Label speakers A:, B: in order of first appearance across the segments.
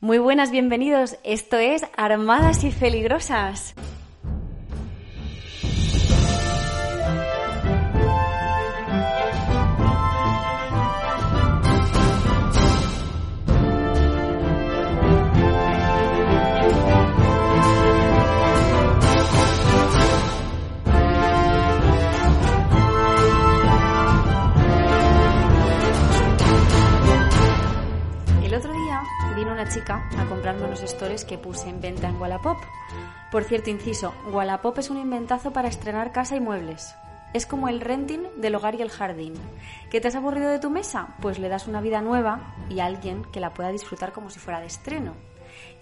A: Muy buenas, bienvenidos. Esto es Armadas y Peligrosas. El otro día vino una chica a comprarme unos stories que puse en venta en Wallapop. Por cierto, inciso, Wallapop es un inventazo para estrenar casa y muebles. Es como el renting del hogar y el jardín. ¿Que te has aburrido de tu mesa? Pues le das una vida nueva y a alguien que la pueda disfrutar como si fuera de estreno.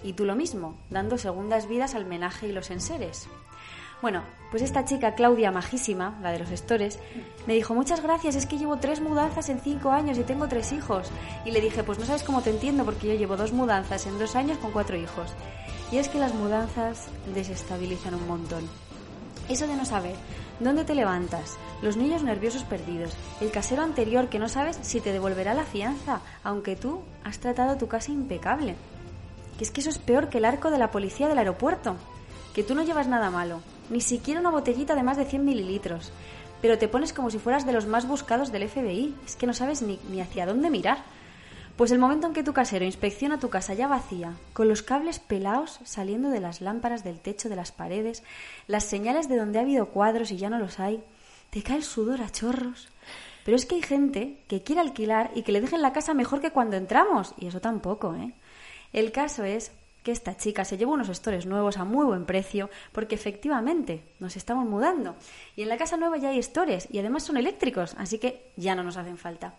A: Y tú lo mismo, dando segundas vidas al menaje y los enseres. Bueno, pues esta chica, Claudia Majísima, la de los gestores, me dijo, muchas gracias, es que llevo tres mudanzas en cinco años y tengo tres hijos. Y le dije, pues no sabes cómo te entiendo porque yo llevo dos mudanzas en dos años con cuatro hijos. Y es que las mudanzas desestabilizan un montón. Eso de no saber dónde te levantas, los niños nerviosos perdidos, el casero anterior que no sabes si te devolverá la fianza, aunque tú has tratado tu casa impecable. Que es que eso es peor que el arco de la policía del aeropuerto. Que tú no llevas nada malo, ni siquiera una botellita de más de 100 mililitros. Pero te pones como si fueras de los más buscados del FBI. Es que no sabes ni, ni hacia dónde mirar. Pues el momento en que tu casero inspecciona tu casa ya vacía, con los cables pelados saliendo de las lámparas del techo, de las paredes, las señales de donde ha habido cuadros y ya no los hay, te cae el sudor a chorros. Pero es que hay gente que quiere alquilar y que le dejen la casa mejor que cuando entramos, y eso tampoco, ¿eh? El caso es que esta chica se llevó unos estores nuevos a muy buen precio, porque efectivamente nos estamos mudando. Y en la casa nueva ya hay estores, y además son eléctricos, así que ya no nos hacen falta.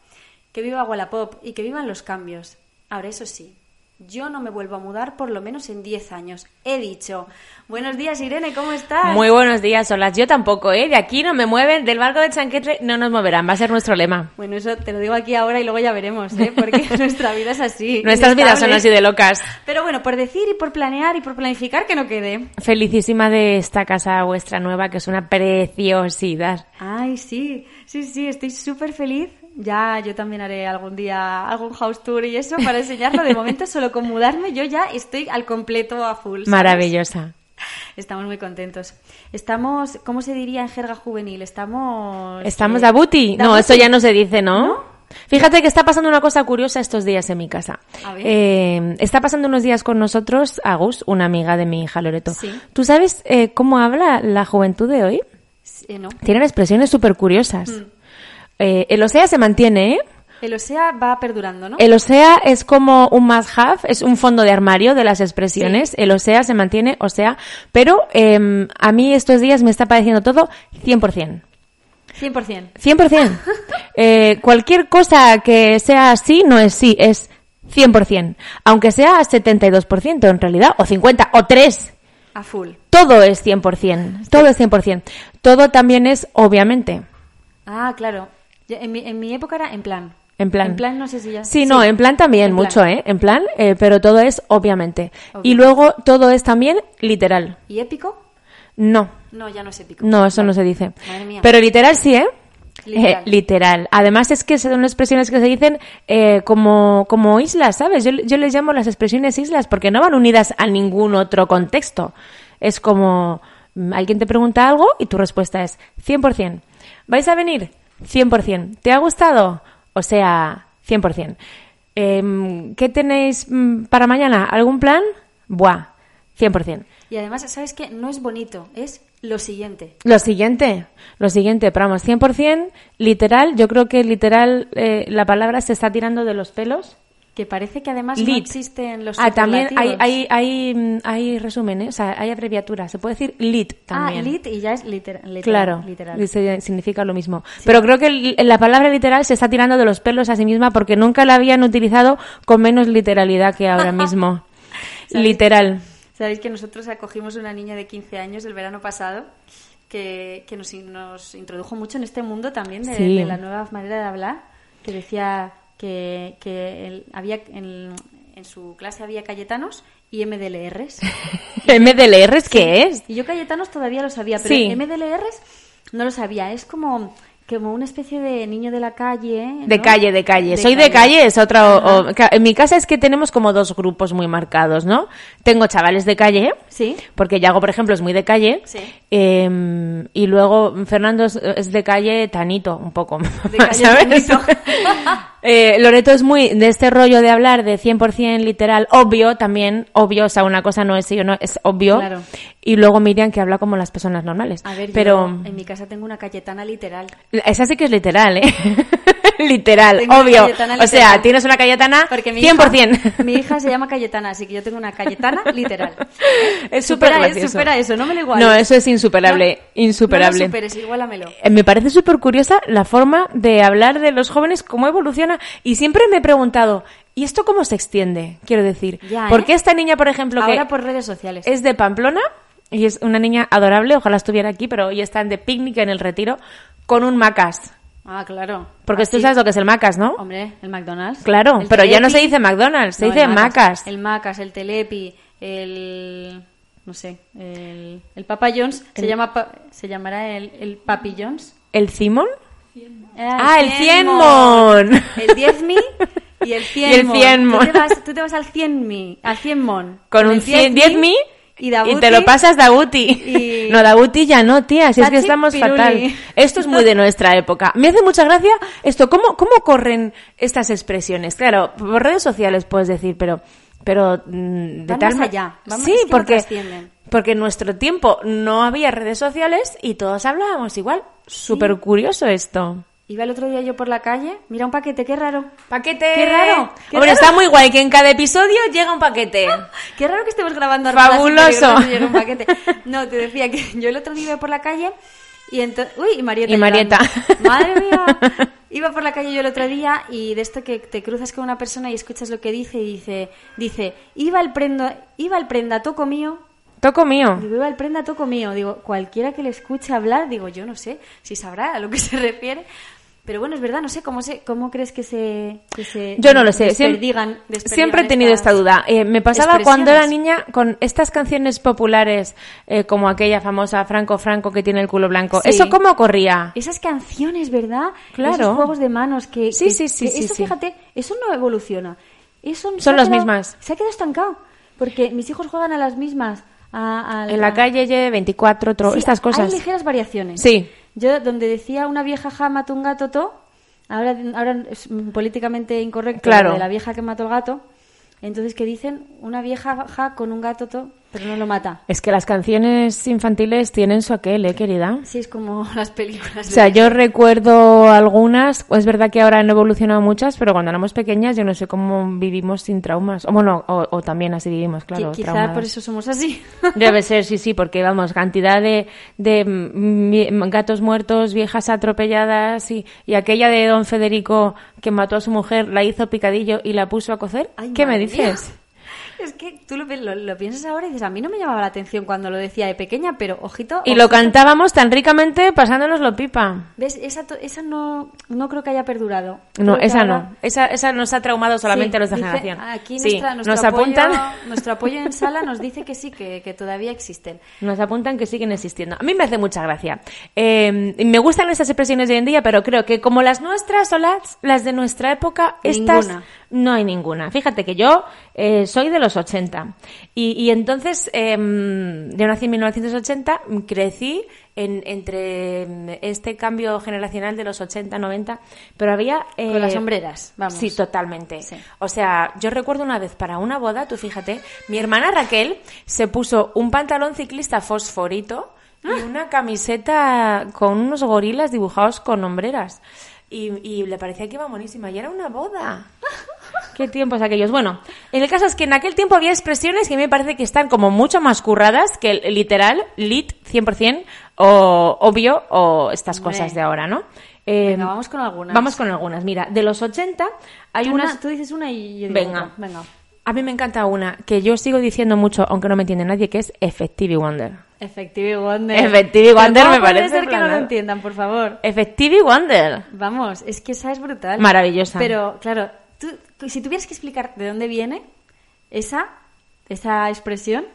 A: Que viva Wallapop y que vivan los cambios. Ahora, eso sí, yo no me vuelvo a mudar por lo menos en 10 años. He dicho. Buenos días, Irene, ¿cómo estás?
B: Muy buenos días, Olas. Yo tampoco, ¿eh? De aquí no me mueven, del barco del chanquetre no nos moverán, va a ser nuestro lema.
A: Bueno, eso te lo digo aquí ahora y luego ya veremos, ¿eh? Porque nuestra vida es así.
B: Nuestras vidas son
A: inestable.
B: así de locas.
A: Pero bueno, por decir y por planear y por planificar que no quede.
B: Felicísima de esta casa vuestra nueva, que es una preciosidad.
A: Ay, sí, sí, sí, estoy súper feliz. Ya, yo también haré algún día algún house tour y eso para enseñarlo. De momento, solo con mudarme, yo ya estoy al completo a full. ¿sabes?
B: Maravillosa.
A: Estamos muy contentos. Estamos, ¿cómo se diría en jerga juvenil? Estamos.
B: ¿Estamos
A: eh,
B: da buti? No,
A: dabuti.
B: eso ya no se dice, ¿no?
A: ¿No?
B: Fíjate que está pasando una cosa curiosa estos días en mi casa.
A: A ver.
B: Eh, está pasando unos días con nosotros Agus, una amiga de mi hija Loreto.
A: Sí.
B: ¿Tú sabes eh, cómo habla la juventud de hoy?
A: Eh, no.
B: Tienen expresiones súper curiosas. Eh, el OSEA se mantiene, ¿eh?
A: El OSEA va perdurando, ¿no?
B: El OSEA es como un must-have, es un fondo de armario de las expresiones. El OSEA se mantiene, o sea, pero em, a mí estos días me está pareciendo todo 100%.
A: 100%.
B: 100%. Eh, cualquier cosa que sea así no es sí, es 100%. Aunque sea 72% en realidad, o 50, o 3.
A: A full.
B: Todo es 100%. Todo es 100%. Todo también es, obviamente.
A: Ah, claro. Yo- en, mi, en mi época era en plan.
B: En plan.
A: En plan, no sé si ya.
B: Sí, no, en plan también,
A: en plan.
B: mucho, ¿eh? En plan, eh, pero todo es obviamente.
A: Obvio.
B: Y luego todo es también literal.
A: ¿Y épico?
B: No,
A: No, ya no es épico.
B: no, eso no se dice.
A: Madre mía.
B: Pero literal sí, ¿eh?
A: Literal.
B: Eh, literal. Además es que son expresiones que se dicen eh, como, como islas, ¿sabes? Yo, yo les llamo las expresiones islas porque no van unidas a ningún otro contexto. Es como mm, alguien te pregunta algo y tu respuesta es 100%. ¿Vais a venir? 100%. ¿Te ha gustado? O sea, 100%. Em, ¿Qué tenéis mm, para mañana? ¿Algún plan? Buah, 100%.
A: Y además, ¿sabes qué? No es bonito, es lo siguiente.
B: Lo siguiente, lo siguiente, pero vamos, 100% literal, yo creo que literal eh, la palabra se está tirando de los pelos.
A: Que parece que además no
B: Lit.
A: existen los
B: Ah, también hay,
A: superlativos.
B: hay, hay, mm, hay resúmenes, o sea, hay abreviaturas, se puede decir lit también.
A: Ah, lit y ya es litera- literal.
B: Claro,
A: Literal.
B: dice- significa lo mismo. Pero creo que el- la palabra literal se está tirando de los pelos a sí misma porque nunca la habían utilizado con menos literalidad que ahora mismo.
A: ¿Sabes?
B: literal.
A: Sabéis que nosotros acogimos una niña de 15 años el verano pasado que, que nos, nos introdujo mucho en este mundo también de,
B: Sí.
A: de la nueva manera de hablar, que decía que, que él- había en, en su clase había cayetanos y MDLRs.
B: ¿MDLR es qué es?
A: Y yo Cayetanos todavía lo sabía, pero
B: Sí.
A: MDLRs no lo sabía. Es como Como una especie de niño de la calle. ¿no?
B: De calle, de calle. Soy de calle, es otra. o- o- ca- en mi casa es que tenemos como dos grupos muy marcados, ¿no? Tengo chavales de calle,
A: Sí.
B: porque Yago, por ejemplo, es muy de calle.
A: Sí.
B: eh, y luego Fernando es, es de calle Tanito, un poco.
A: De calle
B: ¿sabes?
A: Tanito.
B: Eh, Loreto es muy de este rollo de hablar de 100% literal, obvio también, obvio, o sea, una cosa no es sí o no, es obvio.
A: Claro.
B: Y luego Miriam que habla como las personas normales.
A: A ver, yo
B: Pero...
A: en mi casa tengo una Cayetana literal.
B: Esa sí que es literal, ¿eh? literal,
A: Tengo una
B: obvio.
A: Cayetana
B: O sea,
A: literal.
B: tienes una Cayetana
A: Porque mi
B: 100%.
A: Hija, mi hija se llama Cayetana, así que yo tengo una Cayetana literal.
B: es súper
A: Supera-
B: gracioso.
A: supera eso, no me lo iguales.
B: No, eso es insuperable,
A: No lo
B: insuperable.
A: superes, igualamelo.
B: Eh, me parece súper curiosa la forma de hablar de los jóvenes, cómo evoluciona. Y siempre me he preguntado, ¿y esto cómo se extiende? Quiero decir,
A: Ya,
B: ¿por
A: ¿eh?
B: qué esta niña, por ejemplo,
A: Ahora
B: que
A: por redes sociales.
B: es de Pamplona y es una niña adorable, ojalá estuviera aquí, pero hoy están de picnic en el retiro, con un macas?
A: Ah, claro.
B: Porque tú
A: Así.
B: sabes lo que es el macas, ¿no?
A: Hombre, el McDonald's.
B: Claro,
A: El
B: pero ya no
A: Telepi.
B: se dice McDonald's, se
A: No, el
B: dice Macas.
A: El Macas, el Telepi, el... No sé, el, el Papa Jones. Se, llama, pa- se llamará el, el Papi Jones.
B: ¿El Cimon?
A: Ah,
B: Ah, el Cienmon.
A: El Diezmi y el
B: Y
A: Cienmon.
B: el Cienmon.
A: Tú te vas, tú te vas al Cienmi, al Cienmon.
B: Con un
A: el
B: 100,
A: Diezmi
B: 10 mi
A: y, Dabuti.
B: te lo pasas Dabuti.
A: y-
B: No, Dabuti ya no, tía, si es que
A: Pachi
B: estamos
A: Piruli.
B: fatal. Esto es muy de nuestra época. Me hace mucha gracia esto, ¿cómo, cómo corren estas expresiones? Claro, por redes sociales puedes decir, pero... Pero mm, de
A: Van
B: tal
A: más
B: ma-
A: allá, van-
B: sí,
A: es que no
B: porque,
A: trascienden.
B: porque en nuestro tiempo no había redes sociales y todos hablábamos igual. Súper curioso esto.
A: Iba el otro día yo por la calle, mira un paquete, qué raro.
B: Paquete.
A: Qué raro, qué
B: Hombre,
A: raro. Ah.
B: está muy guay que en cada episodio llega un paquete.
A: Qué raro que estemos grabando ahora así, porque
B: Fabuloso.
A: creo que nos llega un paquete. No, te decía que yo el otro día iba por la calle y entonces... Uy, y Marieta.
B: Y Marieta.
A: llorando. Madre mía. Iba por la calle yo el otro día y de esto que te cruzas con una persona y escuchas lo que dice y dice, dice, iba el prendo, iba el prenda toco mío.
B: Toco mío.
A: Digo, iba el prenda toco mío. Digo, cualquiera que le escuche hablar, digo, yo no sé si sabrá a lo que se refiere. Pero bueno, es verdad, no sé cómo se, cómo crees que se, que se
B: Yo no lo sé. Siem-
A: desperdigan- desperdigan
B: siempre he tenido
A: estas
B: esta duda. Eh, me pasaba cuando
A: expresiones.
B: era niña con estas canciones populares, eh, como aquella famosa Franco Franco que tiene el culo blanco.
A: Sí.
B: ¿Eso cómo corría?
A: Esas canciones, ¿verdad?
B: Claro.
A: Esos juegos de manos que...
B: Sí,
A: que-
B: sí, sí,
A: que
B: sí,
A: Eso,
B: sí.
A: fíjate, eso no evoluciona. Eso no se
B: Son
A: ha
B: las
A: quedado-
B: mismas.
A: Se ha quedado estancado. Porque mis hijos juegan a las mismas. A, a-
B: En la
A: a-
B: calle ye 24, otro-
A: Sí,
B: estas cosas.
A: Hay ligeras variaciones.
B: Sí.
A: Yo, donde decía una vieja ja mató un gato to, ahora, ahora es mm, políticamente incorrecto
B: Claro.
A: lo de la vieja que mató el gato. Entonces, que dicen? Una vieja ja con un gato to, pero no lo mata.
B: Es que las canciones infantiles tienen su aquel, ¿eh, querida?
A: Sí, es como las películas.
B: O sea, yo recuerdo algunas, es verdad que ahora han evolucionado muchas, pero cuando éramos pequeñas yo no sé cómo vivimos sin traumas. O bueno, o, o también así vivimos, claro.
A: Qui- quizá
B: traumadas.
A: por eso somos así.
B: Debe ser, sí, sí, porque vamos, cantidad de, de mm, mi- gatos muertos, viejas atropelladas y, y aquella de don Federico que mató a su mujer, la hizo picadillo y la puso a cocer.
A: Ay,
B: ¿Qué me
A: madre
B: dices?
A: mía. Es que tú lo, lo- lo piensas ahora y dices, a mí no me llamaba la atención cuando lo decía de pequeña, pero ojito.
B: Y lo
A: ojito.
B: cantábamos tan ricamente pasándonoslo pipa.
A: ¿Ves? Esa, to- esa no, no creo que haya perdurado.
B: No,
A: Creo que
B: esa
A: ahora-
B: no. Esa, esa nos ha traumado solamente
A: Pues Sí,
B: a nuestra
A: dice- "Ah,
B: generación.
A: Aquí
B: sí,
A: nuestra- nuestro,
B: nos
A: apoyo,
B: apuntan.
A: nuestro apoyo en sala nos dice que sí, que, que todavía existen.
B: Nos apuntan que siguen existiendo. A mí me hace mucha gracia. Eh, y me gustan estas expresiones de hoy en día, pero creo que como las nuestras o las, las de nuestra época, estas
A: Ninguna.
B: no hay ninguna. Fíjate que yo eh, soy de los 80 y, y entonces eh, yo nací en 1980, crecí en, entre eh, este cambio generacional de los 80-90, pero había... eh,
A: Con las sombreras, vamos.
B: Sí, totalmente.
A: Sí.
B: O sea, yo recuerdo una vez para una boda, tú fíjate, mi hermana Raquel se puso un pantalón ciclista fosforito y
A: ¡Ah!
B: una camiseta con unos gorilas dibujados con hombreras. Y, y le parecía que iba buenísima. Y era una boda. Qué tiempos aquellos. Bueno, el caso es que en aquel tiempo había expresiones que a mí me parece que están como mucho más curradas que el literal, lit, 100%, o obvio, o estas
A: Hombre.
B: cosas de ahora, ¿no? Eh,
A: Venga, vamos con algunas.
B: Vamos con algunas. Mira, de los 80 hay
A: Tú una-
B: unas...
A: Tú dices una y yo digo
B: Venga.
A: otra. Venga.
B: A mí me encanta una que yo sigo diciendo mucho, aunque no me entiende nadie, que es Effective Wonder.
A: Effective Wonder.
B: Effective
A: Pero
B: Wonder
A: ¿cómo
B: me
A: puede
B: parece
A: ser que no lo
B: planado.
A: entiendan, por favor.
B: Effective Wonder.
A: Vamos, es que esa es brutal.
B: Maravillosa.
A: Pero, claro, tú, tú- si tuvieras que explicar de dónde viene esa, esa expresión,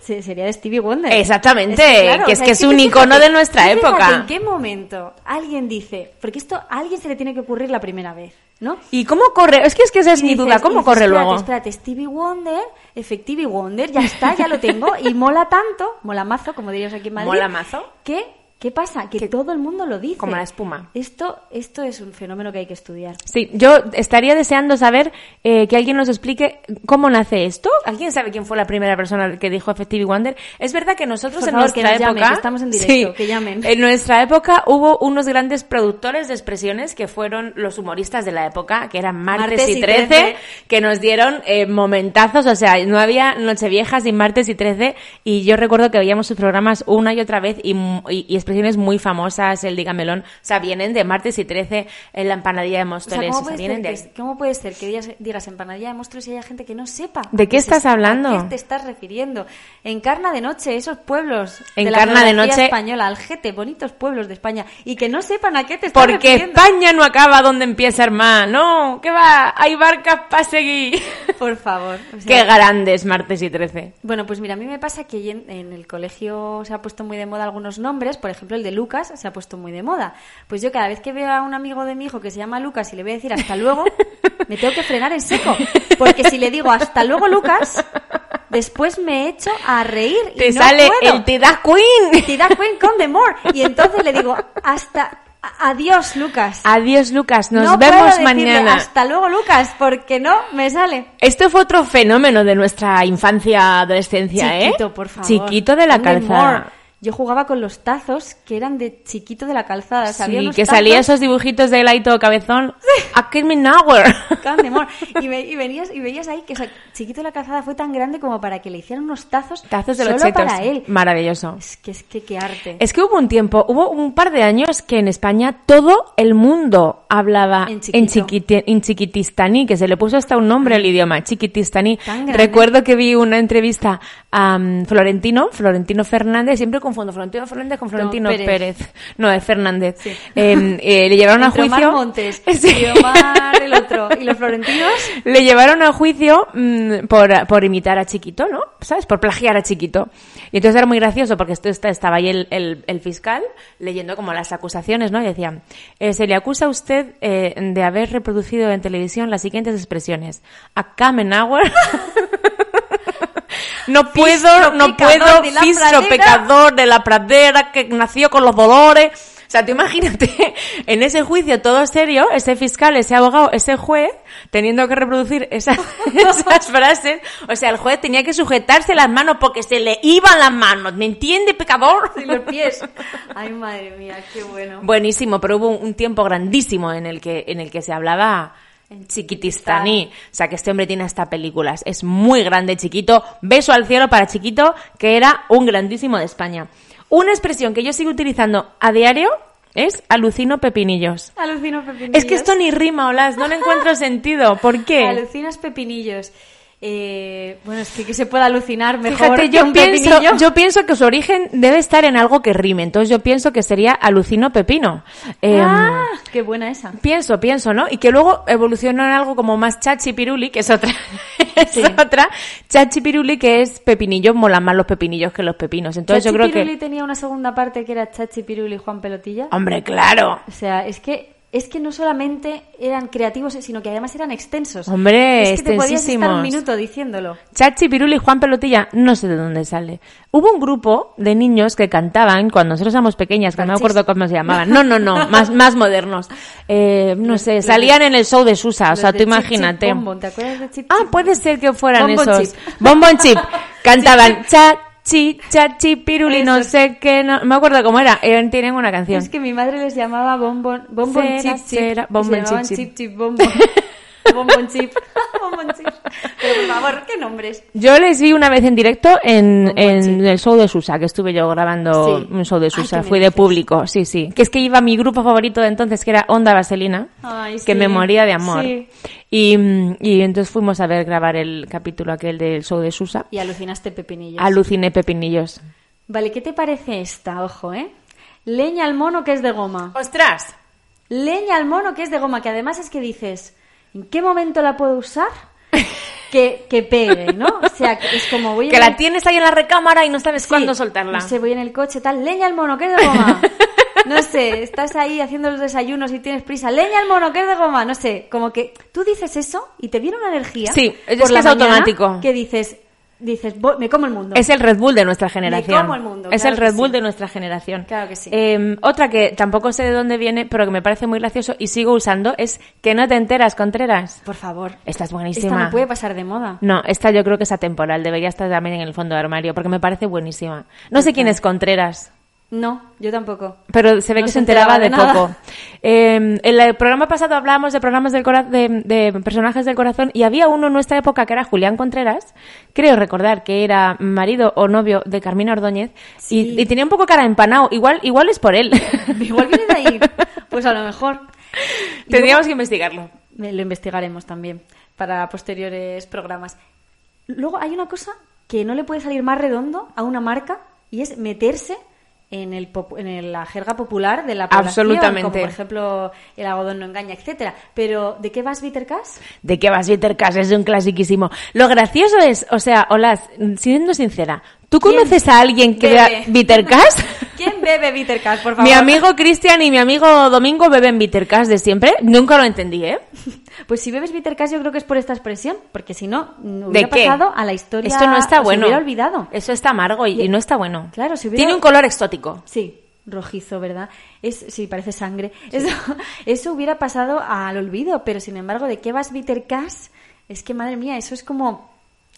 A: se- sería de Stevie Wonder.
B: Exactamente, que es que es
A: tú
B: un icono
A: fíjate-
B: de nuestra
A: tú fíjate
B: época.
A: ¿En qué momento alguien dice? Porque esto a alguien se le tiene que ocurrir la primera vez, ¿no?
B: ¿Y cómo corre? Es que, es que esa es
A: Y
B: mi
A: dices-
B: duda,
A: y
B: ¿cómo
A: dices,
B: corre
A: espérate,
B: luego?
A: Espérate, Stevie Wonder, Effective Wonder, ya está, ya lo tengo. Y mola tanto, mola mazo, como dirías aquí en Madrid.
B: Mola mazo.
A: Que, ¿Qué pasa? Que, todo el mundo lo dice.
B: como la espuma.
A: Esto, esto es un fenómeno que hay que estudiar.
B: Sí, yo estaría deseando saber eh, que alguien nos explique cómo nace esto. ¿Alguien sabe quién fue la primera persona que dijo Effective Wonder? Es verdad que nosotros
A: Por
B: en
A: favor, que
B: nuestra
A: nos
B: época,
A: llamen, que estamos en directo,
B: Sí,
A: que llamen.
B: En nuestra época hubo unos grandes productores de expresiones que fueron los humoristas de la época, que eran Martes,
A: Martes
B: y
A: y
B: 13,
A: 13.
B: que nos dieron eh, momentazos, o sea, no había Nocheviejas sin Martes y 13 y yo recuerdo que veíamos sus programas una y otra vez y, m- y- y expresiones muy famosas, el Digamelón, o sea, vienen de Martes y 13, en la empanadilla de
A: O sea,
B: Móstoles,
A: ¿cómo
B: o sea,
A: puede,
B: vienen
A: ser
B: de
A: que,
B: ahí.
A: cómo puede ser que digas, digas empanadilla de monstruos y haya gente que no sepa? a
B: ¿De qué
A: se-
B: estás hablando?
A: ¿A qué te estás refiriendo? Encarna de noche, esos pueblos de la
B: Encarna de
A: geografía
B: Noche.
A: española, Algete, bonitos pueblos de España, y que no sepan a qué te estás
B: Porque
A: refiriendo.
B: España no acaba donde empieza, hermano. No, ¿qué va? Hay barcas para seguir.
A: Por favor. o sea,
B: Qué grandes martes y 13.
A: Bueno, pues mira, a mí me pasa que en, en el colegio se ha puesto muy de moda algunos nombres, por ejemplo el de Lucas se ha puesto muy de moda. Pues yo cada vez que veo a un amigo de mi hijo que se llama Lucas y le voy a decir hasta luego, me tengo que frenar en seco, porque si le digo hasta luego Lucas, después me echo a reír y
B: Te
A: no
B: sale
A: puedo.
B: el Tida Queen.
A: Te da Queen con the more y entonces le digo hasta a- adiós Lucas.
B: Adiós, Lucas. Nos
A: No puedo
B: vemos
A: decirle
B: mañana.
A: Hasta luego Lucas, porque no me sale.
B: Esto Este fue otro fenómeno de nuestra infancia, adolescencia, ¿eh?
A: Chiquito, por favor.
B: Chiquito de la
A: Dale more.
B: calzada.
A: Yo jugaba con los tazos que eran de chiquito de la calzada. O sea, había
B: Sí,
A: unos
B: que
A: tazos,
B: salía esos dibujitos de Laito Cabezón. A Kill Me Now.
A: Candy More, Y, ve- y venías, y veías ahí que o sea, chiquito de la calzada fue tan grande como para que le hicieran unos tazos,
B: Tazos de
A: solo
B: los chetos.
A: para él.
B: Maravilloso.
A: Es que es que qué arte.
B: Es que hubo un tiempo, hubo un par de años que en España todo el mundo hablaba
A: En
B: en,
A: chiquito.
B: chiquiti- en chiquitistaní, que se le puso hasta un nombre al idioma, chiquitistaní.
A: Tan grande.
B: Recuerdo que vi una entrevista a mm, Florentino, Florentino Fernández, siempre confundo Florentino Fernández con Florentino
A: Pérez.
B: Pérez. No, es Fernández.
A: Sí.
B: Eh, eh, le llevaron a
A: Entre
B: juicio.
A: Omar Montes
B: Sí.
A: y Omar el otro y los florentinos.
B: Le llevaron a juicio mm, por, por imitar a Chiquito, ¿no? ¿Sabes? Por plagiar a Chiquito. Y entonces era muy gracioso porque esto está- estaba ahí el, el- el fiscal leyendo como las acusaciones, ¿no? Y decían, eh, se le acusa a usted eh, de haber reproducido en televisión las siguientes expresiones. A Kamen Hour. No puedo, no
A: pecador
B: puedo,
A: de la
B: fisto
A: pradera".
B: pecador de la pradera que nació con los dolores. O sea, tú imagínate, en ese juicio todo serio, ese fiscal, ese abogado, ese juez, teniendo que reproducir esas, esas frases, o sea, el juez tenía que sujetarse las manos porque se le iban las manos, ¿me entiende, pecador?
A: Y los pies. Ay, madre mía, qué bueno.
B: Buenísimo, pero hubo un, un tiempo grandísimo en el que, en el que se hablaba
A: En
B: chiquitistaní. O sea, que este hombre tiene hasta películas. Es muy grande, chiquito. Beso al cielo para chiquito, que era un grandísimo de España. Una expresión que yo sigo utilizando a diario es alucino pepinillos.
A: Alucino pepinillos.
B: Es que esto ni rima, Olas, no le encuentro sentido. ¿Por qué?
A: Alucinas pepinillos. Eh, bueno, es que, que se pueda alucinar mejor
B: Fíjate,
A: que
B: yo
A: un
B: pienso,
A: pepinillo.
B: yo pienso que su origen debe estar en algo que rime. Entonces yo pienso que sería alucino pepino. Em,
A: Ah, qué buena esa.
B: Pienso, pienso, ¿no? Y que luego evolucionó en algo como más chachi piruli, que es otra, es
A: Sí.
B: otra. Chachi piruli, que es pepinillos, molan más los pepinillos que los pepinos. Entonces
A: Chachi
B: yo creo
A: Piruli
B: que. Ah.
A: tenía una segunda parte que era Chachi Piruli y Juan Pelotilla.
B: Hombre, claro.
A: O sea, es que es que no solamente eran creativos, sino que además eran extensos.
B: Hombre,
A: es que te podías estar un
B: extensísimos.
A: minuto diciéndolo.
B: Chachi Piruli y Juan Pelotilla, no sé de dónde sale. Hubo un grupo de niños que cantaban cuando nosotros éramos pequeñas, que no me
A: Parchís.
B: acuerdo cómo se llamaban. No, no, no, más, más modernos. Eh, no sé,
A: los de-
B: salían en el show de Susa, Ah, o
A: Los
B: sea,
A: de
B: tú
A: Chip, Chip,
B: imagínate.
A: Bombón, ¿Te acuerdas de Chip?
B: Ah,
A: Chip?
B: puede ser que fueran
A: Bombón
B: esos.
A: chip.
B: Bombón chip. Cantaban cha chi cha chi piruli no
A: Eso.
B: sé qué, no no me acuerdo cómo era. Eh, Tienen una canción.
A: Es que mi madre les llamaba bombón, bombón
B: Cera,
A: chip chip.
B: cera,
A: y se
B: bombón
A: llamaban
B: chip, chip.
A: chip chip bombón. bombón chip. bombón chip. Pero por favor, ¿qué nombres?
B: Yo les vi una vez en directo en,
A: Bombón
B: en
A: chip.
B: el show de Susa, que estuve yo grabando
A: Sí.
B: un show de
A: Ay,
B: Susa,
A: ¿qué me
B: fui de
A: dices?
B: público, sí, sí. Que es que iba mi grupo favorito de entonces, que era Onda Vaselina,
A: Ay,
B: que
A: sí,
B: me moría de amor.
A: sí.
B: Y, mm, y entonces fuimos a ver grabar el capítulo aquel del show de Susa.
A: Y alucinaste pepinillos.
B: Aluciné pepinillos.
A: vale, ¿qué te parece esta? Ojo, ¿eh? Leña al mono que es de goma.
B: ¡Ostras!
A: Leña al mono que es de goma, que además es que dices, ¿en qué momento la puedo usar? que, que pegue, ¿no? O sea, que es como voy
B: Que
A: en
B: la
A: el-
B: tienes ahí en la recámara y no sabes
A: Sí.
B: cuándo soltarla.
A: No sé, voy en el coche, tal, leña al mono, que es de goma. No sé, estás ahí haciendo los desayunos y tienes prisa, leña al mono, que es de goma. No sé, como que tú dices eso y te viene una energía.
B: Sí, es
A: por
B: que
A: la
B: es
A: mañana
B: automático.
A: Que dices, dices, "Voy- me como el mundo.
B: Es el Red Bull de nuestra generación.
A: como el mundo,
B: es
A: claro
B: el Red
A: que
B: Bull
A: sí.
B: de nuestra generación.
A: Claro que sí.
B: Eh, otra que tampoco sé de dónde viene, pero que me parece muy gracioso y sigo usando es que no te enteras, Contreras.
A: Por favor.
B: Esta es
A: Esta
B: buenísima.
A: no puede pasar de moda.
B: No, esta yo creo que es atemporal. Debería estar también en el fondo de armario porque me parece buenísima. No sé quién es Contreras.
A: No, yo tampoco.
B: Pero se ve
A: No
B: que
A: se
B: se enteraba
A: enteraba de
B: de,
A: nada.
B: poco. Eh, en el programa pasado hablábamos de programas del cora- de, de personajes del corazón y había uno en nuestra época que era Julián Contreras, creo recordar que era marido o novio de Carmina Ordóñez
A: Sí.
B: y, y tenía un poco cara de empanao. Igual, igual es por él.
A: Igual viene de ahí. Pues a lo mejor. Y
B: Tendríamos que investigarlo.
A: Me- Lo investigaremos también para posteriores programas. Luego hay una cosa que no le puede salir más redondo a una marca y es meterse en, el pop- en el- la jerga popular de la población,
B: Absolutamente.
A: como por ejemplo el algodón no engaña, etcétera. Pero ¿de qué vas Bittercast?
B: ¿De qué vas, Peter Cass? Es un clasiquísimo. Lo gracioso es, o sea, Olas, siendo sincera, ¿tú
A: ¿Quién
B: conoces a alguien que vea
A: bebe?
B: Peter Cass?
A: ¿Quién bebe Bittercast, por favor?
B: Mi amigo Cristian y mi amigo Domingo beben Bittercast de siempre. Nunca lo entendí, ¿eh?
A: Pues si bebes Bittercast yo creo que es por esta expresión, porque si no no hubiera
B: qué?
A: pasado a la historia.
B: Esto no
A: o
B: está
A: se
B: bueno.
A: hubiera olvidado.
B: Eso está amargo y, y no está bueno.
A: Claro, si hubiera-
B: Tiene un color exótico.
A: Sí, rojizo, ¿verdad? Es, sí, parece sangre. Eso, eso hubiera pasado al olvido, pero sin embargo, ¿de qué vas Bitter Cass? Es que, madre mía, eso es como,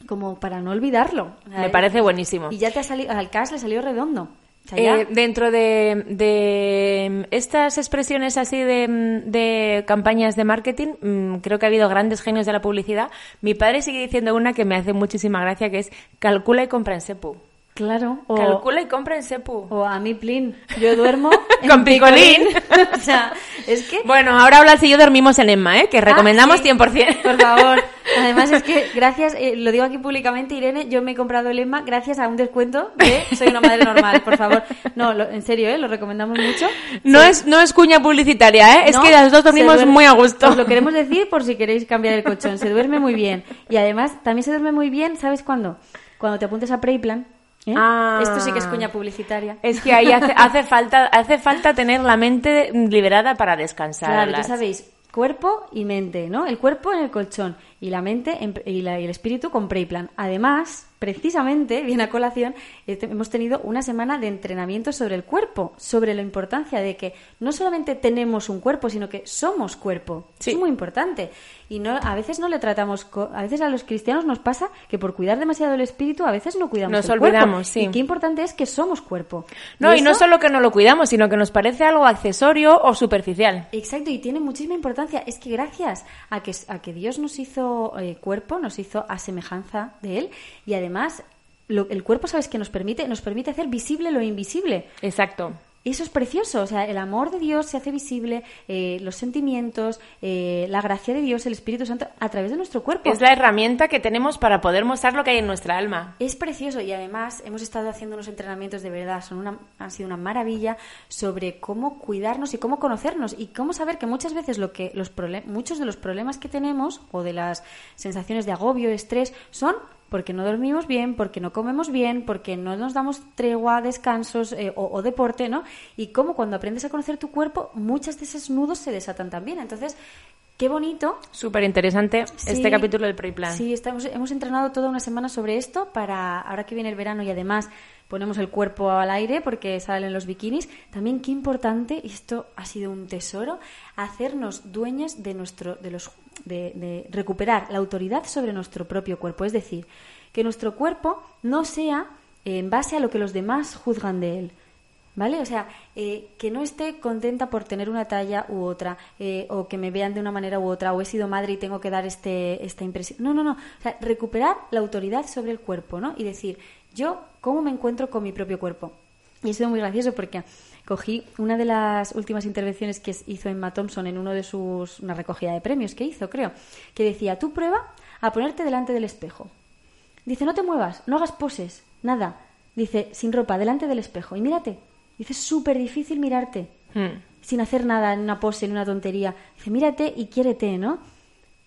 A: como para no olvidarlo. eh,
B: Me parece buenísimo.
A: Y ya te ha salido, al Cass le salió redondo. O sea, ya-
B: Eh, dentro de, de mm, estas expresiones así de, mm, de campañas de marketing, mm, creo que ha habido grandes genios de la publicidad. Mi padre sigue diciendo una que me hace muchísima gracia, que es calcula y compra en Sepu.
A: claro. O,
B: Calcula y compra en Sepu.
A: o a mí, Plin. Yo duermo. en
B: Con picolín.
A: o sea, es que.
B: Bueno, ahora hablas y yo dormimos en Emma, ¿eh? que recomendamos
A: Ah, sí.
B: 100%.
A: Por favor. Además es que gracias, eh, lo digo aquí públicamente, Irene, yo me he comprado el EMMA gracias a un descuento de Soy una madre normal, por favor. No, lo- en serio, ¿eh? lo recomendamos mucho.
B: No, es, no es cuña publicitaria, ¿eh? es
A: No,
B: que las dos
A: se
B: dormimos
A: duerme-
B: muy a gusto.
A: Os lo queremos decir por si queréis cambiar el colchón, se duerme muy bien. Y además, también se duerme muy bien, ¿sabes cuándo? Cuando te apuntes a Preyplan. ¿eh?
B: Ah.
A: Esto sí que es cuña publicitaria.
B: Es que ahí hace, hace falta, hace falta tener la mente liberada para descansar.
A: Claro, ya
B: Blas.
A: sabéis, cuerpo y mente, ¿no? El cuerpo en el colchón y la mente en- y, la- y el espíritu con Preyplan. Además, precisamente, bien a colación, este- hemos tenido una semana de entrenamiento sobre el cuerpo, sobre la importancia de que no solamente tenemos un cuerpo, sino que somos cuerpo.
B: Sí.
A: Es muy importante. Y no, a veces no le tratamos, co- a veces a los cristianos nos pasa que por cuidar demasiado el espíritu, a veces no cuidamos
B: Nos
A: el cuerpo.
B: olvidamos, sí.
A: Y qué importante es que somos cuerpo.
B: No, y no
A: eso-
B: solo que no lo cuidamos, sino que nos parece algo accesorio o superficial.
A: Exacto, y tiene muchísima importancia. Es que gracias a que, a que Dios nos hizo eh, cuerpo, nos hizo a semejanza de Él, y además lo- el cuerpo, ¿sabes qué nos permite? Nos permite hacer visible lo invisible.
B: Exacto.
A: Eso es precioso, o sea, el amor de Dios se hace visible, eh, los sentimientos, eh, la gracia de Dios, el Espíritu Santo, a través de nuestro cuerpo.
B: Es la herramienta que tenemos para poder mostrar lo que hay en nuestra alma.
A: Es precioso y además hemos estado haciendo unos entrenamientos de verdad, son una, han sido una maravilla sobre cómo cuidarnos y cómo conocernos y cómo saber que muchas veces lo que los prole- muchos de los problemas que tenemos o de las sensaciones de agobio, estrés son porque no dormimos bien, porque no comemos bien, porque no nos damos tregua, descansos eh, o, o deporte, ¿no? Y cómo cuando aprendes a conocer tu cuerpo, muchas de esos nudos se desatan también. Entonces, qué bonito
B: Súper interesante
A: Sí.
B: este capítulo del pre-plan.
A: Sí, estamos, hemos entrenado toda una semana sobre esto para ahora que viene el verano y además ponemos el cuerpo al aire porque salen los bikinis. También qué importante, y esto ha sido un tesoro, hacernos dueñas de nuestro, de los, de, de recuperar la autoridad sobre nuestro propio cuerpo. Es decir, que nuestro cuerpo no sea en base a lo que los demás juzgan de él. ¿Vale? O sea, eh, que no esté contenta por tener una talla u otra, eh, o que me vean de una manera u otra, o he sido madre y tengo que dar este, esta impresión. No, no, no. O sea, recuperar la autoridad sobre el cuerpo, ¿no? Y decir, yo, ¿cómo me encuentro con mi propio cuerpo? Y ha sido muy gracioso porque cogí una de las últimas intervenciones que hizo Emma Thompson en uno de sus, una recogida de premios que hizo, creo, que decía, tú prueba a ponerte delante del espejo. Dice, no te muevas, no hagas poses, nada. Dice, sin ropa, delante del espejo. Y mírate. Dice, es súper difícil mirarte
B: Hmm.
A: sin hacer nada, en una pose, en una tontería. Dice, mírate y quiérete, ¿no?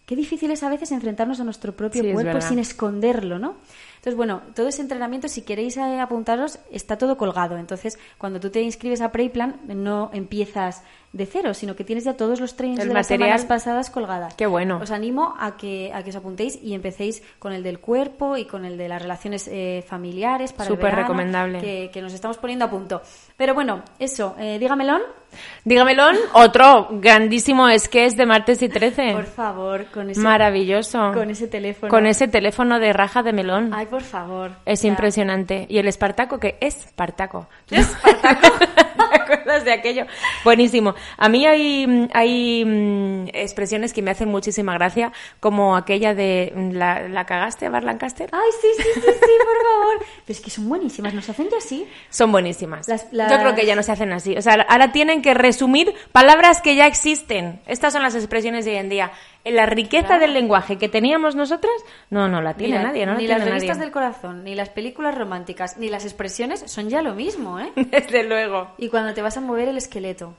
A: Qué difícil es a veces enfrentarnos a nuestro propio
B: Sí, es
A: cuerpo
B: verdad.
A: sin esconderlo, ¿no? Entonces, bueno, todo ese entrenamiento, si queréis eh, apuntaros, está todo colgado. Entonces, cuando tú te inscribes a Preyplan, no empiezas de cero, sino que tienes ya todos los trainings
B: El
A: de las
B: material.
A: semanas pasadas colgadas.
B: Qué bueno.
A: Os animo a que, a que os apuntéis y empecéis con el del cuerpo y con el de las relaciones eh, familiares para el
B: Súper
A: verano,
B: recomendable.
A: Que, que nos estamos poniendo a punto. Pero bueno, eso, eh, dígamelo.
B: Dígamelo, otro grandísimo es que es de martes y 13.
A: Por favor, con ese,
B: Maravilloso.
A: con ese teléfono.
B: Con ese teléfono de raja de melón.
A: Ay, por favor.
B: es
A: O sea,
B: impresionante. Y el Espartaco, que es Espartaco. ¿Es Espartaco? ¿Te acuerdas de aquello? Buenísimo. A mí hay, mm, hay mm, expresiones que me hacen muchísima gracia, como aquella de mm, la, la cagaste, Barlancaster.
A: Ay, sí, sí, sí, sí, por favor. Pero es que son buenísimas, nos hacen ya así.
B: Son buenísimas.
A: Las- las-
B: Yo creo que ya no se hacen así. O sea, ahora tienen que resumir palabras que ya existen. Estas son las expresiones de hoy en día. La riqueza
A: Claro.
B: del lenguaje que teníamos nosotras, no, no la tiene
A: Mira,
B: nadie, no la
A: Ni
B: tiene
A: las revistas
B: nadie.
A: del corazón, ni las películas románticas, ni las expresiones son ya lo mismo, ¿eh?
B: Desde luego.
A: Y cuando te vas a mover el esqueleto,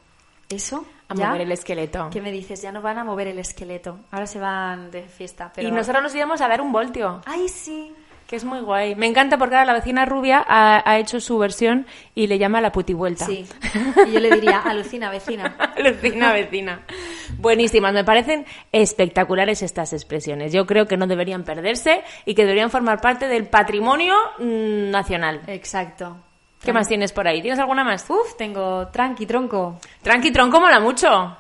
A: eso
B: A
A: ya,
B: mover el esqueleto.
A: que me dices, ya no van a mover el esqueleto, ahora se van de fiesta, pero
B: Y nosotros nos íbamos a dar un voltio,
A: Ay, sí.
B: que es muy guay. Me encanta porque ahora la vecina rubia ha, ha hecho su versión y le llama la putivuelta.
A: Sí. Y yo le diría, alucina, vecina.
B: Alucina, vecina. Buenísimas, me parecen espectaculares estas expresiones. Yo creo que no deberían perderse y que deberían formar parte del patrimonio mm, nacional.
A: Exacto.
B: ¿Qué más tienes por ahí? ¿Tienes alguna más?
A: Uf, tengo tranqui, tronco.
B: Tranqui tronco mola mucho.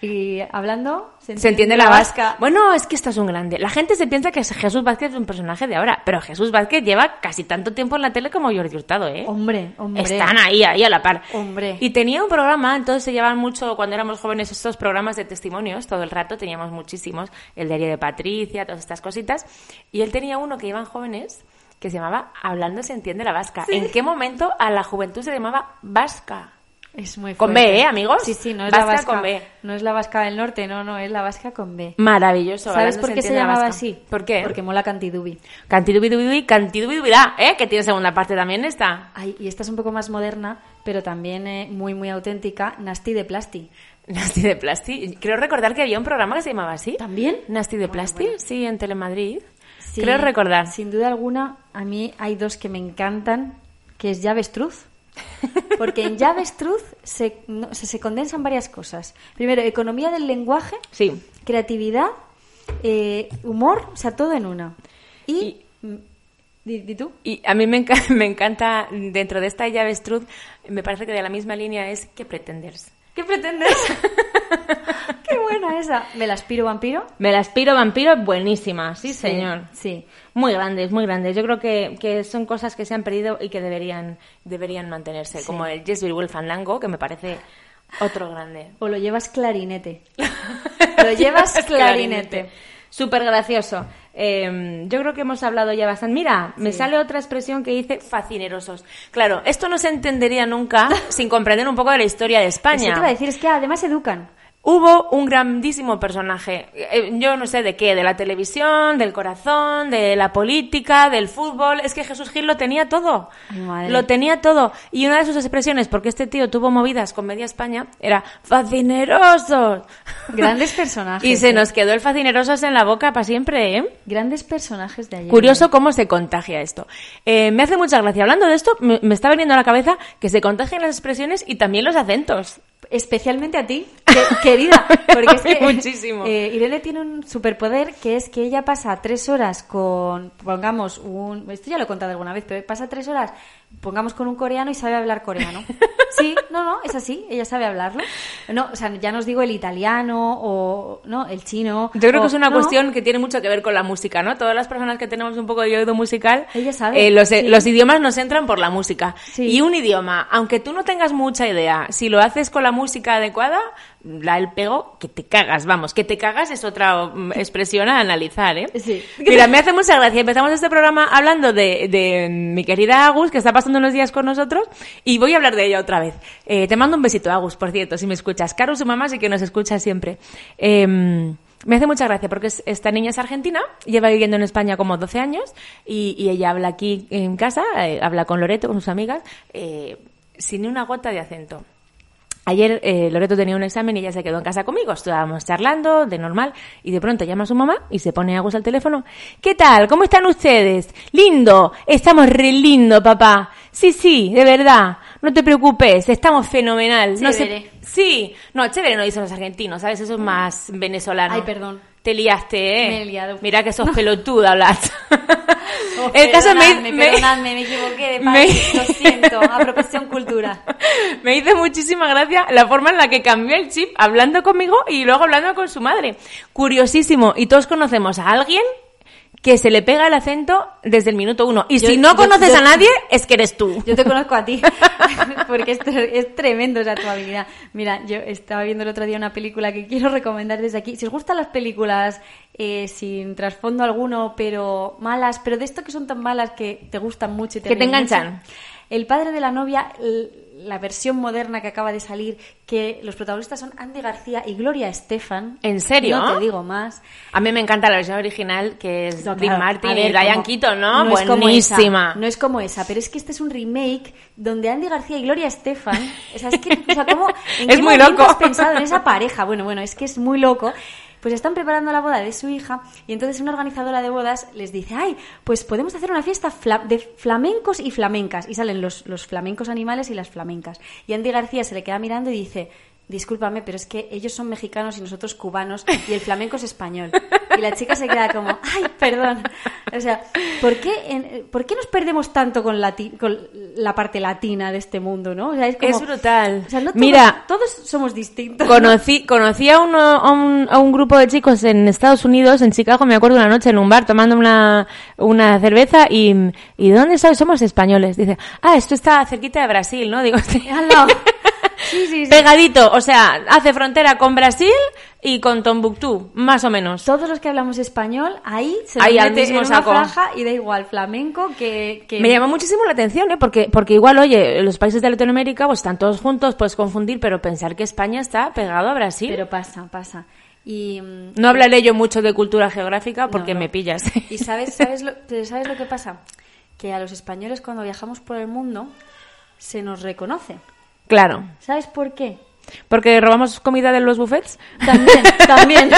A: Y hablando,
B: Se entiende la vasca. Bueno, es que esto es un grande. La gente se piensa que Jesús Vázquez es un personaje de ahora, pero Jesús Vázquez lleva casi tanto tiempo en la tele como Jordi Hurtado, ¿eh?
A: Hombre, hombre.
B: Están ahí, ahí a la par.
A: Hombre.
B: Y tenía un programa, entonces se llevaban mucho, cuando éramos jóvenes, estos programas de testimonios, todo el rato teníamos muchísimos, el diario de Patricia, todas estas cositas, y él tenía uno que llevan jóvenes que se llamaba Hablando se entiende la vasca. ¿En qué momento a la juventud se llamaba vasca?
A: Es muy
B: Con
A: fuerte.
B: B, ¿eh, amigos?
A: Sí, sí, no es la
B: Vasca
A: vasca.
B: con B.
A: No es la vasca del norte, no, no, es la vasca con B.
B: Maravilloso.
A: ¿Sabes
B: Hablando
A: por qué se
B: entiende la
A: llamaba
B: vasca.
A: así?
B: ¿Por qué?
A: Porque mola cantidubi.
B: Cantidubidubidubi, cantidubidubidubi, ¿eh? Que tiene segunda parte también esta.
A: Ay, y esta es un poco más moderna, pero también eh, muy, muy auténtica. Nasty de Plasti.
B: Nasty de Plasti. Creo recordar que había un programa que se llamaba así.
A: ¿También?
B: Nasty de Plasti, sí, en Telemadrid.
A: Sí,
B: Creo recordar.
A: Sin duda alguna, a mí hay dos que me encantan, que es Llavestruz. Porque en Llavestruz se, no, o sea, se condensan varias cosas. Primero, economía del lenguaje,
B: Sí.
A: creatividad, eh, humor, o sea, todo en una. Y...
B: Y-
A: mm, di- di tú?
B: Y a mí me, enca- me encanta, dentro de esta llave Strud, me parece que de la misma línea es ¿qué pretenders?
A: ¿Qué pretendes? ¡Qué buena esa! ¿Me la aspiro vampiro?
B: Me la aspiro vampiro, buenísima, sí, señor.
A: Sí.
B: Muy grandes, muy grandes. Yo creo que, que son cosas que se han perdido y que deberían, deberían mantenerse, como el Yes Will Fandango, que me parece otro grande.
A: O lo llevas clarinete. Lo llevas clarinete.
B: Súper gracioso. Eh, yo creo que hemos hablado ya bastante. Mira, me sale otra expresión que dice facinerosos. Claro, esto no se entendería nunca sin comprender un poco de la historia de
A: Eso te
B: España.
A: iba a decir, es que además educan.
B: Hubo un grandísimo personaje, eh, yo no sé de qué, de la televisión, del corazón, de la política, del fútbol, es que Jesús Gil lo tenía todo,
A: Ay, madre.
B: lo tenía todo. Y una de sus expresiones, porque este tío tuvo movidas con media España, era fascinerosos.
A: Grandes personajes.
B: y se
A: ¿eh?
B: nos quedó el fascinerosos en la boca para siempre, ¿eh?
A: Grandes personajes de ayer.
B: Curioso cómo se contagia esto. Eh, me hace mucha gracia. Hablando de esto, me, me está veniendo a la cabeza que se contagian las expresiones y también los acentos.
A: Especialmente a ti, que- querida. Porque es que,
B: Muchísimo.
A: eh, Irene tiene un superpoder que es que ella pasa tres horas con, pongamos, un. Esto ya lo he contado alguna vez, pero pasa tres horas, pongamos con un coreano y sabe hablar coreano. Sí, no, no, es así, ella sabe hablarlo. No, o sea, ya nos digo el italiano o. No, el chino.
B: Yo creo
A: o-
B: que es una
A: no,
B: cuestión que tiene mucho que ver con la música, ¿no? Todas las personas que tenemos un poco de oído musical,
A: Ella sabe,
B: eh, los, eh,
A: sí.
B: los idiomas nos entran por la música.
A: Sí.
B: Y un idioma, aunque tú no tengas mucha idea, si lo haces con la música adecuada, la el pego, que te cagas, vamos, que te cagas es otra mm, expresión a analizar, ¿eh?
A: Sí.
B: Mira, me hace mucha gracia. Empezamos este programa hablando de, de mm, mi querida Agus, que está pasando unos días con nosotros, y voy a hablar de ella otra vez. Eh, te mando un besito, Agus, por cierto, si me escuchas. Caro, su mamá, sí que nos escucha siempre. Eh, me hace mucha gracia porque es- esta niña es argentina, lleva viviendo en España como 12 años, y, y ella habla aquí en casa, eh, habla con Loreto, con sus amigas, eh, sin ni una gota de acento. Ayer eh, Loreto tenía un examen y ella se quedó en casa conmigo. Estábamos charlando de normal y de pronto llama a su mamá y se pone a gusto al teléfono. ¿Qué tal? ¿Cómo están ustedes? Lindo. Estamos re lindo, papá. Sí, sí, de verdad. No te preocupes, estamos fenomenal. No sé-
A: Chévere.
B: Sí. No, chévere no dicen los argentinos, ¿sabes? Eso es más venezolano.
A: Ay, perdón.
B: Te liaste, ¿eh?
A: Me he liado.
B: Mira que sos pelotuda, Blas.
A: Oh,
B: El caso es me-
A: perdonadme,
B: me-
A: perdonadme, me equivoqué de
B: me-
A: país, lo siento, apropiación cultura.
B: Me hizo muchísima gracia la forma en la que cambió el chip hablando conmigo y luego hablando con su madre. Curiosísimo. Y todos conocemos a alguien que se le pega el acento desde el minuto uno. Y
A: Yo-
B: si no
A: yo-
B: conoces
A: yo-
B: a nadie, es que eres tú.
A: Yo te conozco a ti, porque es, tre- es tremendo esa tu habilidad. Mira, yo estaba viendo el otro día una película que quiero recomendar desde aquí. Si os gustan las películas eh, sin trasfondo alguno, pero malas, pero de esto que son tan malas que te gustan mucho y te
B: Que te
A: ríen mucho,
B: enganchan.
A: el padre de la novia, l- la versión moderna que acaba de salir, que los protagonistas son Andy García y Gloria Estefan.
B: ¿En serio?
A: No te digo más.
B: A mí me encanta la versión original, que es
A: No, claro,
B: Dean pues, Martin
A: a
B: y
A: ver,
B: Brian
A: como-
B: Keaton, ¿no?
A: es como
B: Buenísima.
A: esa, no es como esa, pero es que este es un remake donde Andy García y Gloria Estefan. O sea, es que, o sea, ¿cómo, en
B: Es
A: qué
B: muy
A: momento
B: loco.
A: has pensado en esa pareja? Bueno, bueno, es que es muy loco. Pues están preparando la boda de su hija y entonces una organizadora de bodas les dice, ay, pues podemos hacer una fiesta fla- de flamencos y flamencas. Y salen los, los flamencos animales y las flamencas. Y Andy García se le queda mirando y dice, discúlpame, pero es que ellos son mexicanos y nosotros cubanos y el flamenco es español. Y la chica se queda como, ay, perdón. O sea, ¿por qué, en- ¿por qué nos perdemos tanto con, lati- con la parte latina de este mundo, no? O sea, es como-
B: Es brutal.
A: o sea, no todos-
B: Mira.
A: todos somos distintos.
B: Conocí, conocí a, uno, a, un, a un grupo de chicos en Estados Unidos, en Chicago, me acuerdo una noche en un bar tomando una, una cerveza y, y ¿de dónde sabes? Somos españoles. Dice, ah, esto está cerquita de Brasil, ¿no? Digo, sí.
A: Al lado. Sí, sí, sí.
B: pegadito, o sea, hace frontera con Brasil y con Tombuctú, más o menos.
A: Todos los que hablamos español, ahí se nos
B: Ahí al
A: mete
B: mismo
A: en
B: saco.
A: una franja y da igual flamenco que... que-
B: Me llamó muchísimo la atención, ¿eh? Porque, porque igual, oye, los países de Latinoamérica pues están todos juntos, puedes confundir, pero pensar que España está pegado a Brasil.
A: Pero pasa, pasa. Y... mm,
B: no hablaré yo mucho de cultura geográfica porque
A: no.
B: me pillas.
A: ¿Y sabes, sabes, lo, pero ¿sabes lo que pasa? Que a los españoles cuando viajamos por el mundo se nos reconoce.
B: Claro.
A: ¿Sabes por qué?
B: ¿Porque robamos comida de los buffets?
A: También, también.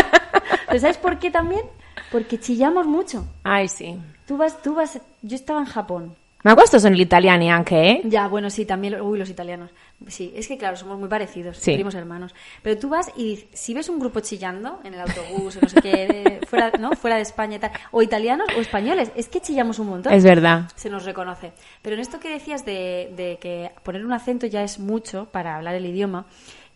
A: ¿Pero sabes por qué también? Porque chillamos mucho.
B: Ay, sí.
A: Tú vas, tú vas... Yo estaba en Japón.
B: Ma questo sono gli italiani anche, eh?
A: Ya, bueno, sí, también... Uy, los italianos. Sí, es que claro, somos muy parecidos,
B: Sí.
A: primos hermanos. Pero tú vas y dices- si ves un grupo chillando en el autobús o no sé qué, de- fuera, ¿no? fuera de España y tal, o italianos o españoles, es que chillamos un montón.
B: Es verdad.
A: se nos reconoce. Pero en esto que decías de, de que poner un acento ya es mucho para hablar el idioma,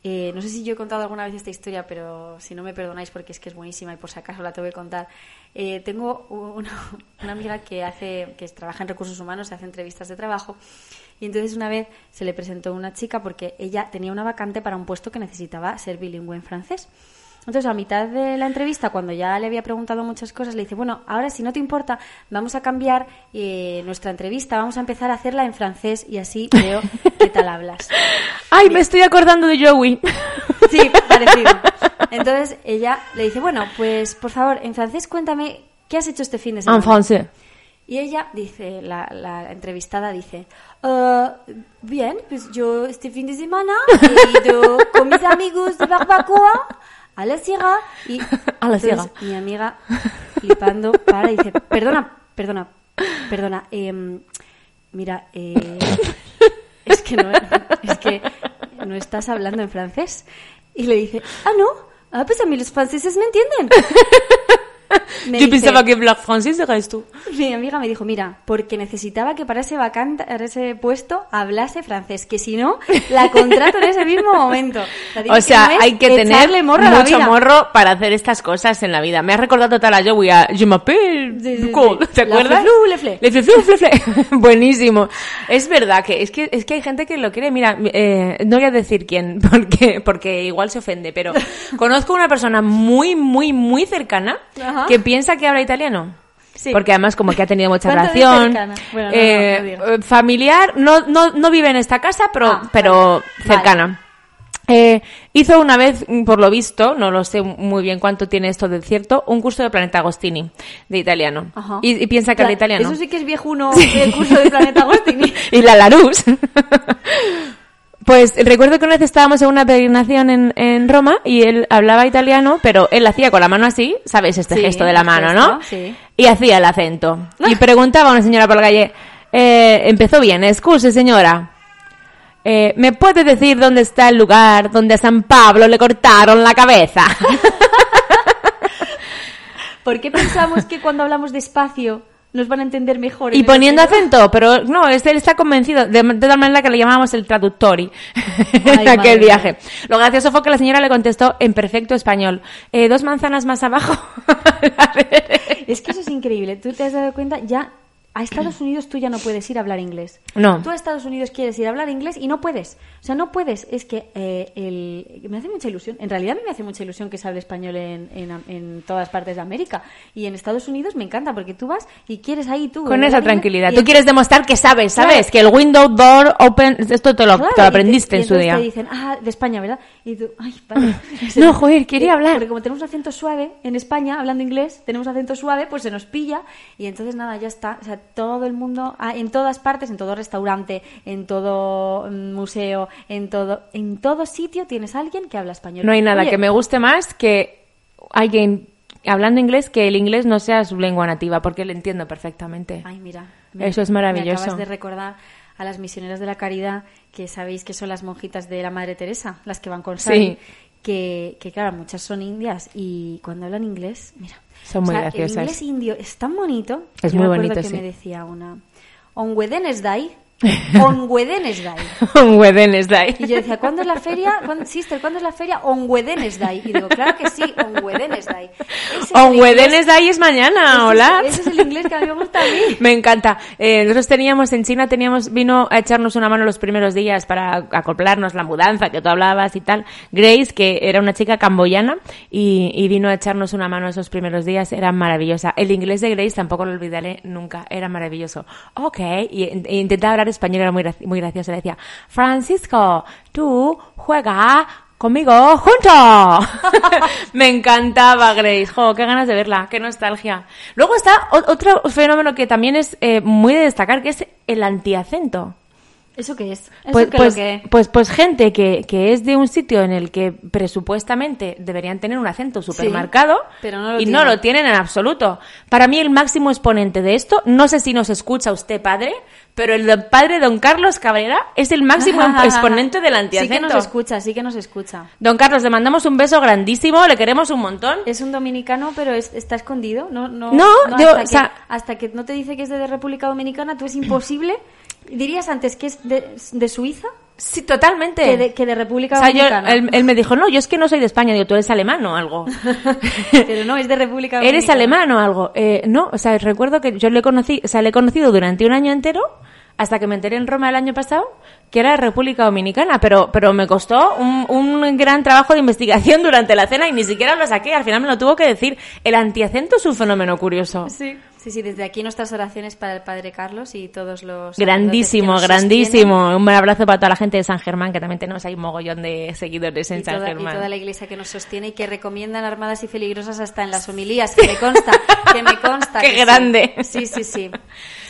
A: eh, no sé si yo he contado alguna vez esta historia, pero si no me perdonáis porque es que es buenísima y por si acaso la tengo que contar. Eh, tengo una, una amiga que hace que trabaja en recursos humanos, hace entrevistas de trabajo y entonces una vez se le presentó una chica porque ella tenía una vacante para un puesto que necesitaba ser bilingüe en francés. Entonces, a mitad de la entrevista, cuando ya le había preguntado muchas cosas, le dice, bueno, ahora si no te importa, vamos a cambiar eh, nuestra entrevista, vamos a empezar a hacerla en francés y así veo qué tal hablas.
B: Ay, me estoy acordando de Joey.
A: Sí, parecido. Entonces, ella le dice, bueno, pues por favor, en francés cuéntame qué has hecho este fin de semana.
B: En francés.
A: Y ella dice, la, la entrevistada dice, "Eh, bien, pues yo este fin de semana he ido con mis amigos de barbacoa a la sierra y
B: A la
A: entonces
B: sierra.
A: mi amiga flipando para y dice, perdona, perdona, perdona, em, mira, eh, es que no, es que no estás hablando en francés. Y le dice, ah, no, ah, pues a mí los franceses me entienden. Me
B: yo
A: dice,
B: pensaba que Black Francis eras tú.
A: mi amiga me dijo, mira, porque necesitaba que para ese vacante, para ese puesto, hablase francés, que si no, la contrato en ese mismo momento.
B: O sea,
A: no es
B: hay que
A: echarle
B: tener
A: morro a la
B: mucho
A: vida.
B: morro para hacer estas cosas en la vida. Me has recordado total a Joey, a Je m'appelle
A: Sí, sí, sí.
B: Cole, ¿te
A: La
B: acuerdas?
A: fleflu, lefle.
B: Le fleflu, flefle. Buenísimo. Es verdad que es que es que hay gente que lo quiere. Mira, eh, no voy a decir quién porque porque igual se ofende, pero conozco una persona muy muy muy cercana
A: Ajá.
B: que piensa que habla italiano.
A: Sí.
B: Porque además como que ha tenido mucha
A: ¿Cuánto de
B: relación,
A: cercana? Bueno, no, no, no digas.
B: eh, familiar, no, no, no vive en esta casa, pero,
A: Ah,
B: pero
A: vale.
B: cercana. Eh, hizo una vez, mm, por lo visto, no lo sé muy bien cuánto tiene esto de cierto, un curso de Planeta Agostini, de italiano.
A: Ajá.
B: Y, y piensa que
A: Pla-
B: habla italiano.
A: Eso sí que es viejuno el curso de Planeta Agostini.
B: y la Larus. Pues recuerdo que una vez estábamos en una peregrinación en, en Roma y él hablaba italiano, pero él hacía con la mano así, ¿sabéis este
A: Sí,
B: gesto de la
A: el
B: mano,
A: gesto,
B: no?
A: sí. Ah.
B: Y hacía el acento. Y preguntaba a una señora por la calle, eh, empezó bien, excuse señora, eh, ¿me puede decir dónde está el lugar donde a San Pablo le cortaron la cabeza?
A: ¿Por qué pensamos que cuando hablamos despacio nos van a entender mejor?
B: Y
A: en el
B: poniendo
A: exterior?
B: acento, pero no, es- él está convencido, de, de tal manera que le llamábamos el traductori en
A: madre
B: aquel
A: mía.
B: viaje. Lo gracioso fue que la señora le contestó en perfecto español, "Eh, dos manzanas más abajo.
A: Es que eso es increíble. Tú te has dado cuenta, ya a Estados Unidos tú ya no puedes ir a hablar inglés.
B: No.
A: Tú a Estados Unidos quieres ir a hablar inglés y no puedes. O sea, no puedes. Es que eh, el... me hace mucha ilusión. En realidad a mí me hace mucha ilusión que se hable español en, en- en todas partes de América. Y en Estados Unidos me encanta porque tú vas y quieres ahí tú. eh,
B: Con
A: hablar
B: esa
A: inglés
B: tranquilidad.
A: y
B: Tú quieres demostrar que sabes,
A: Claro.
B: ¿sabes? Que el window, door, open, esto te lo,
A: Claro,
B: te lo
A: y
B: aprendiste
A: y
B: en su
A: entonces
B: día.
A: te dicen, ah, de España, ¿verdad? Y tú, ay, vale.
B: No, joder, quería
A: Eh,
B: hablar.
A: Porque como tenemos un acento suave en España, hablando inglés, tenemos acento suave, pues se nos pilla. Y entonces, nada, ya está. O sea, todo el mundo, ah, en todas partes, en todo restaurante, en todo mm, museo, en todo en todo sitio tienes a alguien que habla español.
B: No hay nada
A: Oye,
B: que me guste más que alguien hablando inglés que el inglés no sea su lengua nativa, porque lo entiendo perfectamente.
A: Ay, mira.
B: Eso es maravilloso.
A: Me acabas de recordar a las misioneras de la caridad, que sabéis que son las monjitas de la Madre Teresa, las que van con Sari.
B: Sí.
A: Que, que, claro, muchas son indias y cuando hablan inglés, mira.
B: Son muy
A: o sea,
B: graciosas.
A: El inglés indio es tan bonito.
B: Es
A: Yo
B: muy
A: me acuerdo
B: bonito,
A: que
B: sí.
A: me decía una. On Wednesday. On Wednesday.
B: Un Wednesday.
A: Y yo decía, ¿cuándo es la feria? ¿Cuándo, sister, ¿cuándo es la feria? On Wednesday. Y digo, claro que sí, on Wednesday. Ese es el
B: On
A: inglés-
B: Wednesday es mañana,
A: ese es-
B: hola.
A: Ese es el inglés que a mí me gusta a mí.
B: Me encanta. Eh, nosotros teníamos en China, teníamos, vino a echarnos una mano los primeros días para acoplarnos la mudanza que tú hablabas y tal. Grace, que era una chica camboyana y, y vino a echarnos una mano esos primeros días, era maravillosa. El inglés de Grace tampoco lo olvidaré nunca, era maravilloso. Ok, y, y intentaba hablar español, era muy, graci- muy graciosa. Le decía, Francisco, tú juega conmigo junto. Me encantaba Grace. Jo, qué ganas de verla, qué nostalgia. Luego está o- otro fenómeno que también es eh, muy de destacar, que es el antiacento.
A: ¿Eso qué es? ¿Eso
B: Pues,
A: qué es lo
B: pues,
A: que-
B: pues, pues gente que, que es de un sitio en el que presupuestamente deberían tener un acento supermercado
A: pero no lo
B: y no
A: tienen.
B: lo tienen en absoluto. Para mí el máximo exponente de esto, no sé si nos escucha usted padre, pero el do- padre don Carlos Cabrera es el máximo exponente del antiacento.
A: Sí que nos escucha, sí que nos escucha.
B: Don Carlos, le mandamos un beso grandísimo, le queremos un montón.
A: Es un dominicano, pero es- está escondido. No, no,
B: No, yo,
A: hasta,
B: o
A: que,
B: sea-
A: hasta que no te dice que es de República Dominicana, tú es imposible. Dirías antes que es de, de Suiza
B: Sí, totalmente.
A: que de, que de República
B: O sea, yo-
A: Dominicana.
B: él, él me dijo, no, yo es que no soy de España, digo, tú eres alemán o algo.
A: pero no, es de República Dominicana.
B: ¿Eres alemán o algo? Eh, no, o sea, recuerdo que yo le conocí, o sea, le he conocido durante un año entero, hasta que me enteré en Roma el año pasado, que era de República Dominicana, pero, pero me costó un, un gran trabajo de investigación durante la cena y ni siquiera lo saqué, al final me lo tuvo que decir. El antiacento es un fenómeno curioso.
A: Sí. sí, sí, desde aquí nuestras oraciones para el Padre Carlos y todos los...
B: Grandísimo,
A: sacerdotes que nos sostienen
B: grandísimo. Un buen abrazo para toda la gente de San Germán, que también tenemos ahí un mogollón de seguidores en
A: Y
B: San
A: toda, y
B: Germán.
A: toda la iglesia que nos sostiene y que recomiendan armadas y peligrosas hasta en las homilías, que me consta, que me consta.
B: Qué
A: que sí.
B: grande.
A: Sí, sí, sí.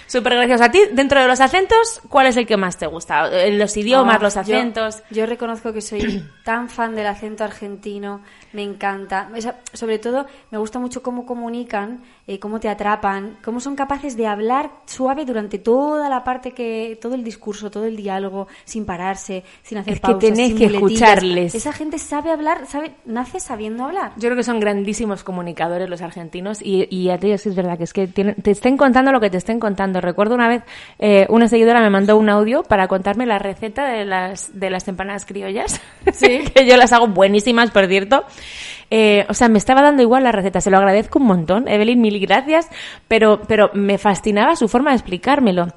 B: Súper gracioso. A ti, dentro de los acentos, ¿cuál es el que más te gusta? Eh, Los idiomas,
A: Ah,
B: los
A: yo-
B: acentos.
A: Yo, reconozco que soy tan fan del acento argentino, me encanta. O sea, sobre todo, me gusta mucho cómo comunican, eh, cómo te atrapan, cómo son capaces de hablar suave durante toda la parte que, todo el discurso, todo el diálogo, sin pararse, sin hacer
B: Es que
A: pausas,
B: tenés
A: sin
B: que
A: muletillas.
B: escucharles.
A: Esa gente sabe hablar, sabe, nace sabiendo hablar.
B: Yo creo que son grandísimos comunicadores los argentinos y, y a ti sí es verdad que es que tienen- te estén contando lo que te estén contando. Recuerdo una vez eh, una seguidora me mandó un audio para contarme la receta de las, de las empanadas criollas,
A: Sí.
B: que yo las hago buenísimas, por cierto. Eh, o sea, me estaba dando igual la receta, se lo agradezco un montón, Evelyn, mil gracias, pero, pero me fascinaba su forma de explicármelo.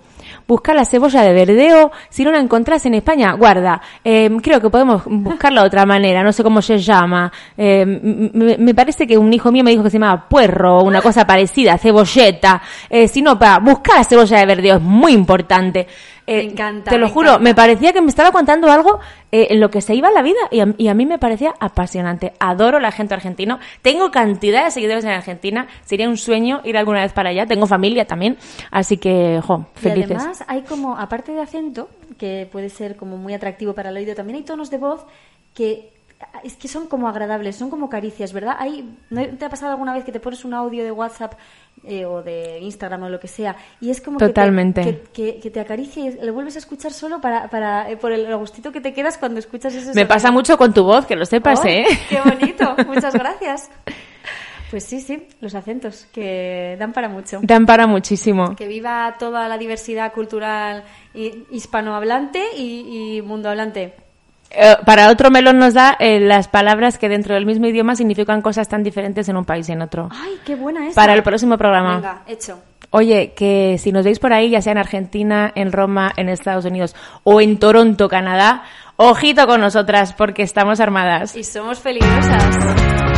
B: Busca la cebolla de verdeo, si no la encontrás en España, guarda. Eh, creo que podemos buscarla de otra manera, no sé cómo se llama. Eh, m- m- me parece que un hijo mío me dijo que se llamaba puerro o una cosa parecida, cebolleta. Eh, si no, para buscar la cebolla de verdeo es muy importante. eh,
A: Me encanta,
B: te lo
A: me
B: juro,
A: encanta.
B: me parecía que me estaba contando algo eh, en lo que se iba la vida y a, y a mí me parecía apasionante. Adoro la gente argentina. Tengo cantidad de seguidores en Argentina. Sería un sueño ir alguna vez para allá. Tengo familia también. Así que, jo,
A: Y
B: felices.
A: además hay como, aparte de acento, que puede ser como muy atractivo para el oído, también hay tonos de voz que ah, es que son como agradables, son como caricias, ¿verdad? Hay, ¿No te ha pasado alguna vez que te pones un audio de WhatsApp eh, o de Instagram o lo que sea y es como que te-
B: Totalmente.
A: que que, que te acaricia y lo vuelves a escuchar solo para, para eh, por el gustito que te quedas cuando escuchas ese
B: me
A: sonido.
B: pasa mucho con tu voz, que lo sepas,
A: Oh,
B: ¿eh?
A: ¡Qué bonito! Muchas gracias. Pues sí, sí, los acentos que dan para mucho.
B: Dan para muchísimo.
A: Que viva toda la diversidad cultural hi- hispanohablante y, y mundohablante.
B: Eh, para otro melón nos da eh, las palabras que dentro del mismo idioma significan cosas tan diferentes en un país y en otro.
A: ¡Ay, qué buena es!
B: Para el próximo programa.
A: Ah, Venga, hecho.
B: Oye, que si nos veis por ahí, ya sea en Argentina, en Roma, en Estados Unidos o en Toronto, Canadá, ojito con nosotras porque estamos armadas.
A: Y somos peligrosas.